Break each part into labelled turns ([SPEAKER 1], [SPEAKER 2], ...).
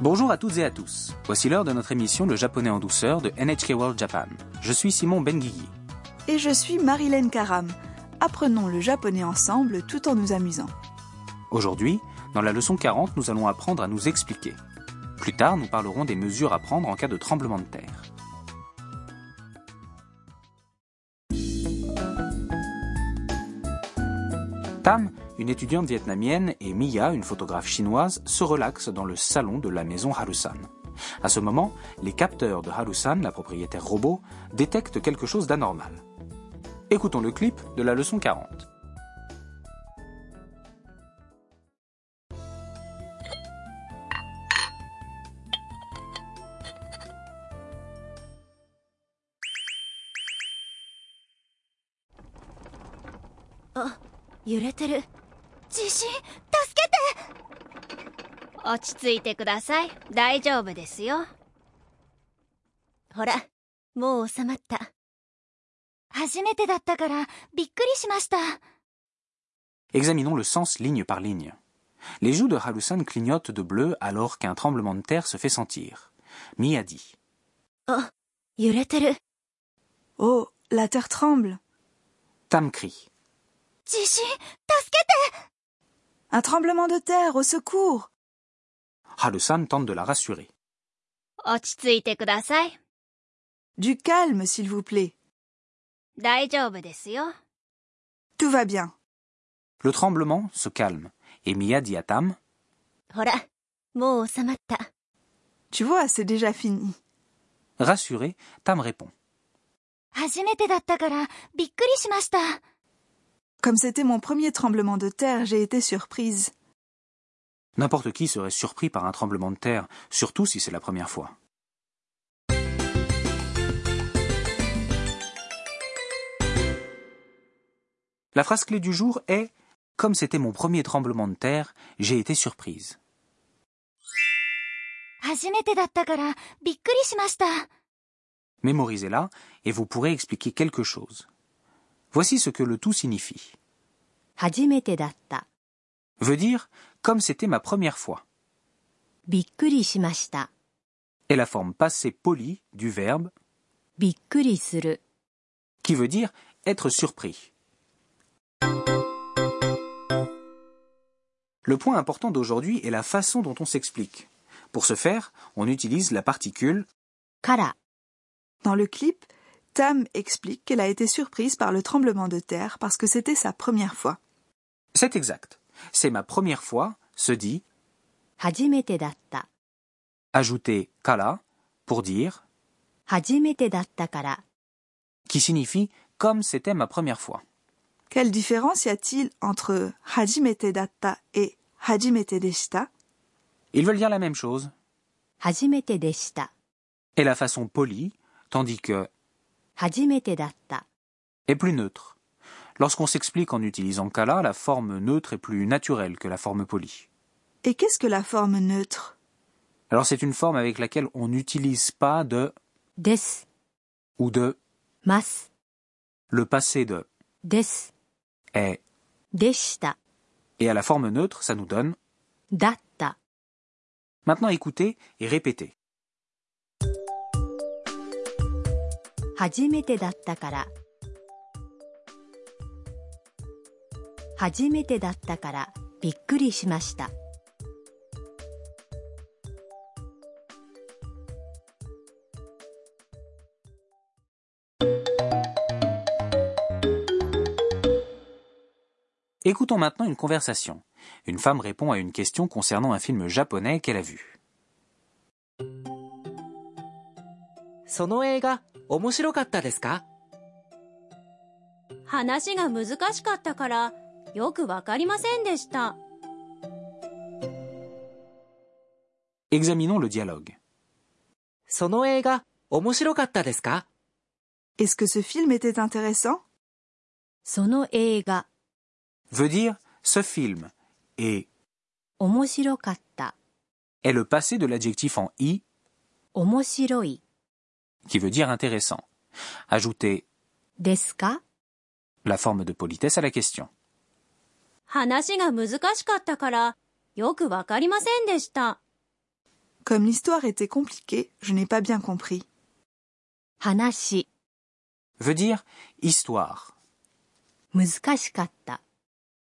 [SPEAKER 1] Bonjour à toutes et à tous. Voici l'heure de notre émission Le japonais en douceur de NHK World Japan. Je suis Simon Benguigui.
[SPEAKER 2] Et je suis Marilène Karam. Apprenons le japonais ensemble tout en nous amusant.
[SPEAKER 1] Aujourd'hui, dans la leçon 40, nous allons apprendre à nous expliquer. Plus tard, nous parlerons des mesures à prendre en cas de tremblement de terre. Tam, une étudiante vietnamienne, et Mia, une photographe chinoise, se relaxent dans le salon de la maison Harusan. À ce moment, les capteurs de Harusan, la propriétaire robot, détectent quelque chose d'anormal. Écoutons le clip de la leçon 40.
[SPEAKER 3] 揺れてる
[SPEAKER 4] 地震助
[SPEAKER 3] けて落ち着いてください大丈夫ですよほらもう収まった
[SPEAKER 4] 初めてだったからびっくりしました
[SPEAKER 1] Examinons le sens ligne par ligne. Les joues de Harusan clignotent de bleu alors qu'un tremblement de terre se fait sentir. Mi a dit
[SPEAKER 3] あ揺れてる
[SPEAKER 2] Oh, la terre tremble.
[SPEAKER 1] Tam crie.
[SPEAKER 4] 地震助けて
[SPEAKER 2] Un tremblement de terre, au secours.
[SPEAKER 1] Harusan tente de la rassurer.
[SPEAKER 3] 落ち着いてください
[SPEAKER 2] Du calme, s'il vous plaît.
[SPEAKER 3] 大丈夫ですよ
[SPEAKER 2] Tout va bien.
[SPEAKER 1] Le tremblement se calme et Mia dit à Tam
[SPEAKER 3] ほらもう収まった
[SPEAKER 2] Tu vois, c'est déjà fini.
[SPEAKER 1] Rassurée, Tam répond.
[SPEAKER 4] 初めてだったからびっくりしました
[SPEAKER 2] Comme c'était mon premier tremblement de terre, j'ai été surprise.
[SPEAKER 1] N'importe qui serait surpris par un tremblement de terre, surtout si c'est la première fois. La phrase clé du jour est Comme c'était mon premier tremblement de terre, j'ai été surprise.
[SPEAKER 4] 初めてだったからびっくりしました
[SPEAKER 1] Mémorisez-la et vous pourrez expliquer quelque chose. Voici ce que le tout signifie.
[SPEAKER 3] 初めてだった
[SPEAKER 1] Veut dire comme c'était ma première fois.
[SPEAKER 3] びっくりしました
[SPEAKER 1] est la forme passée polie du verbe
[SPEAKER 3] びっくりする
[SPEAKER 1] qui veut dire être surpris. Le point important d'aujourd'hui est la façon dont on s'explique. Pour ce faire, on utilise la particule
[SPEAKER 3] から
[SPEAKER 2] Dans le clip, Tam explique qu'elle a été surprise par le tremblement de terre parce que c'était sa première fois.
[SPEAKER 1] C'est exact. C'est ma première fois, se dit,
[SPEAKER 3] 初めてだった
[SPEAKER 1] ajouter kala pour dire,
[SPEAKER 3] 初めてだったから
[SPEAKER 1] qui signifie comme c'était ma première fois.
[SPEAKER 2] Quelle différence y a-t-il entre Hajimete Datta et Hajimete Deshita
[SPEAKER 1] Ils veulent dire la même chose.
[SPEAKER 3] 初めてでした
[SPEAKER 1] Et la façon polie, tandis que
[SPEAKER 3] 初めてだった
[SPEAKER 1] est plus neutre. Lorsqu'on s'explique en utilisant kala, la forme neutre est plus naturelle que la forme polie.
[SPEAKER 2] Et qu'est-ce que la forme neutre
[SPEAKER 1] Alors c'est une forme avec laquelle on n'utilise pas de
[SPEAKER 3] です、
[SPEAKER 1] ou de
[SPEAKER 3] ます、
[SPEAKER 1] le passé de
[SPEAKER 3] です、
[SPEAKER 1] est
[SPEAKER 3] でした、
[SPEAKER 1] et à la forme neutre ça nous donne.
[SPEAKER 3] だった。
[SPEAKER 1] Maintenant écoutez et répétez.
[SPEAKER 3] 初めてだったから初めてだったからびっくりしました
[SPEAKER 1] Écoutons maintenant une conversation. Une femme répond à une question concernant un film japonais qu'elle a vu.
[SPEAKER 5] その映画面白かったですか
[SPEAKER 6] 話が難しかったからよくわかりませんでした
[SPEAKER 1] Examinons le dialogue.
[SPEAKER 5] その映画面白かったですか
[SPEAKER 2] Est-ce que ce film était intéressant
[SPEAKER 3] その映画
[SPEAKER 1] Veut dire ce film et
[SPEAKER 3] 面白かった
[SPEAKER 1] est le passé de l'adjectif en i
[SPEAKER 3] 面白い
[SPEAKER 1] qui veut dire intéressant. Ajoutez
[SPEAKER 3] ですか
[SPEAKER 1] la forme de politesse à la question.
[SPEAKER 6] 話が難しかったからよくわかりませんでした
[SPEAKER 2] Comme l'histoire était compliquée, je n'ai pas bien compris.
[SPEAKER 7] 話、
[SPEAKER 1] veut dire histoire.
[SPEAKER 7] 難しかった。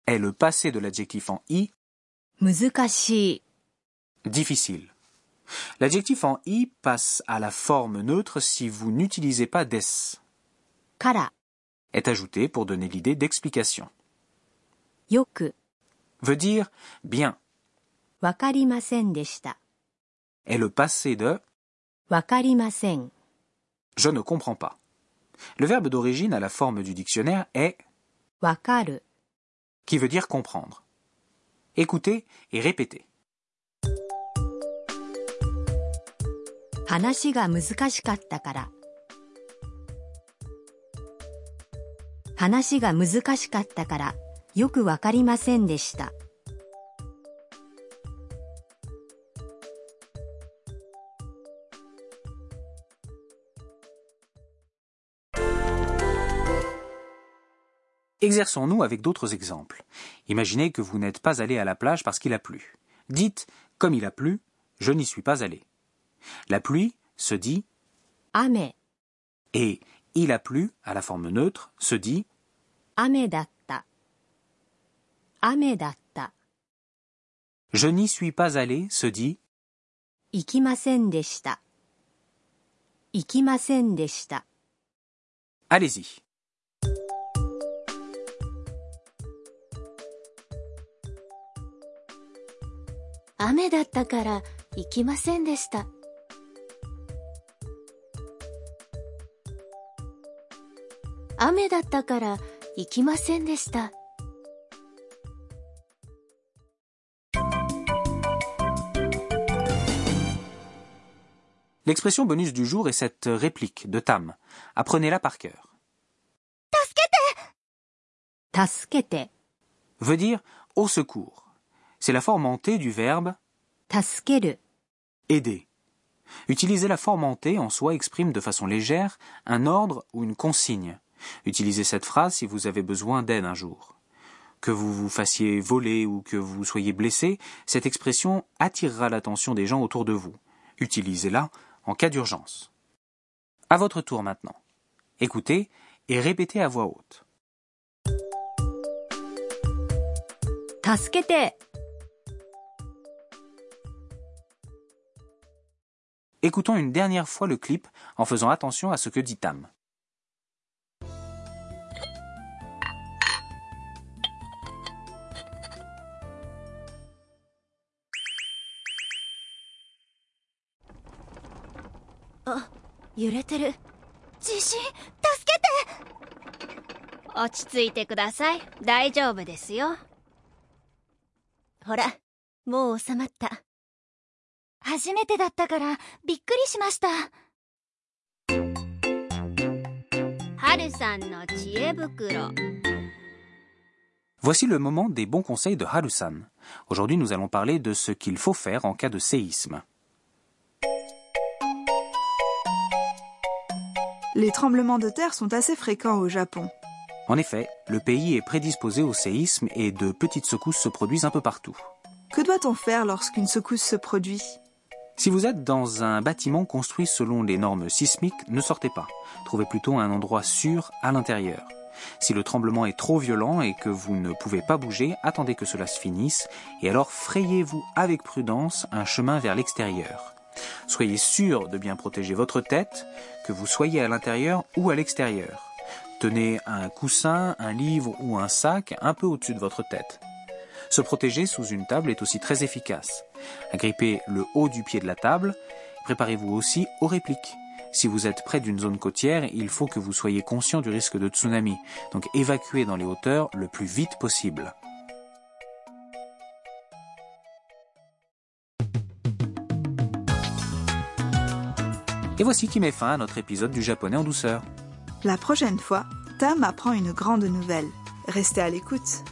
[SPEAKER 1] Est le passé de l'adjectif en i
[SPEAKER 7] 難しい、
[SPEAKER 1] difficile. L'adjectif en i passe à la forme neutre si vous n'utilisez pas des
[SPEAKER 7] から、
[SPEAKER 1] est ajouté pour donner l'idée d'explication.
[SPEAKER 7] よく、
[SPEAKER 1] Veut dire bien
[SPEAKER 7] わかりませんでした。
[SPEAKER 1] est le passé de
[SPEAKER 7] わかりません。
[SPEAKER 1] je ne comprends pas. Le verbe d'origine à la forme du dictionnaire est
[SPEAKER 7] わかる、
[SPEAKER 1] qui veut dire comprendre. Écoutez et répétez.
[SPEAKER 7] 話が難しかったから。話が難しかったから、よくわかりませんでした。
[SPEAKER 1] Exerçons-nous avec d'autres exemples. Imaginez que vous n'êtes pas allé à la plage parce qu'il a plu. Dites, comme il a plu, je n'y suis pas allé. La pluie se dit
[SPEAKER 7] 雨、
[SPEAKER 1] et il a plu à la forme neutre se dit
[SPEAKER 7] 雨だった。雨だった。
[SPEAKER 1] je n'y suis pas allé se dit
[SPEAKER 7] 行きませんでした。行きませんでした。
[SPEAKER 1] allez-y. L'expression bonus du jour est cette réplique de Tam. Apprenez-la par cœur.
[SPEAKER 7] 助けて、
[SPEAKER 1] Veut dire au secours. C'est la forme en T du verbe
[SPEAKER 7] 助ける、
[SPEAKER 1] aider. Utiliser la forme en T en soi exprime de façon légère un ordre ou une consigne. Utilisez cette phrase si vous avez besoin d'aide un jour. Que vous vous fassiez voler ou que vous soyez blessé, cette expression attirera l'attention des gens autour de vous. Utilisez-la en cas d'urgence. À votre tour maintenant. Écoutez et répétez à voix haute.
[SPEAKER 7] 助けて、
[SPEAKER 1] Écoutons une dernière fois le clip en faisant attention à ce que dit Tam.
[SPEAKER 3] 揺れてる
[SPEAKER 4] 地震助けて
[SPEAKER 3] 落ち着いてください大丈夫ですよほらもう収まった
[SPEAKER 4] 初めてだったからびっくりしました
[SPEAKER 3] はるさんの知恵袋
[SPEAKER 1] Voici le moment des bons conseils de Harusan. Aujourd'hui, nous allons parler de ce qu'il faut faire en cas de séisme.
[SPEAKER 2] Les tremblements de terre sont assez fréquents au Japon.
[SPEAKER 1] En effet, le pays est prédisposé au séisme et de petites secousses se produisent un peu partout.
[SPEAKER 2] Que doit-on faire lorsqu'une secousse se produit
[SPEAKER 1] Si vous êtes dans un bâtiment construit selon les normes sismiques, ne sortez pas. Trouvez plutôt un endroit sûr à l'intérieur. Si le tremblement est trop violent et que vous ne pouvez pas bouger, attendez que cela se finisse et alors frayez-vous avec prudence un chemin vers l'extérieur. Soyez sûr de bien protéger votre tête, que vous soyez à l'intérieur ou à l'extérieur. Tenez un coussin, un livre ou un sac un peu au-dessus de votre tête. Se protéger sous une table est aussi très efficace. Agrippez le haut du pied de la table. Préparez-vous aussi aux répliques. Si vous êtes près d'une zone côtière, il faut que vous soyez conscient du risque de tsunami, donc évacuez dans les hauteurs le plus vite possible. Et voici qui met fin à notre épisode du japonais en douceur.
[SPEAKER 2] La prochaine fois, Tam apprend une grande nouvelle. Restez à l'écoute.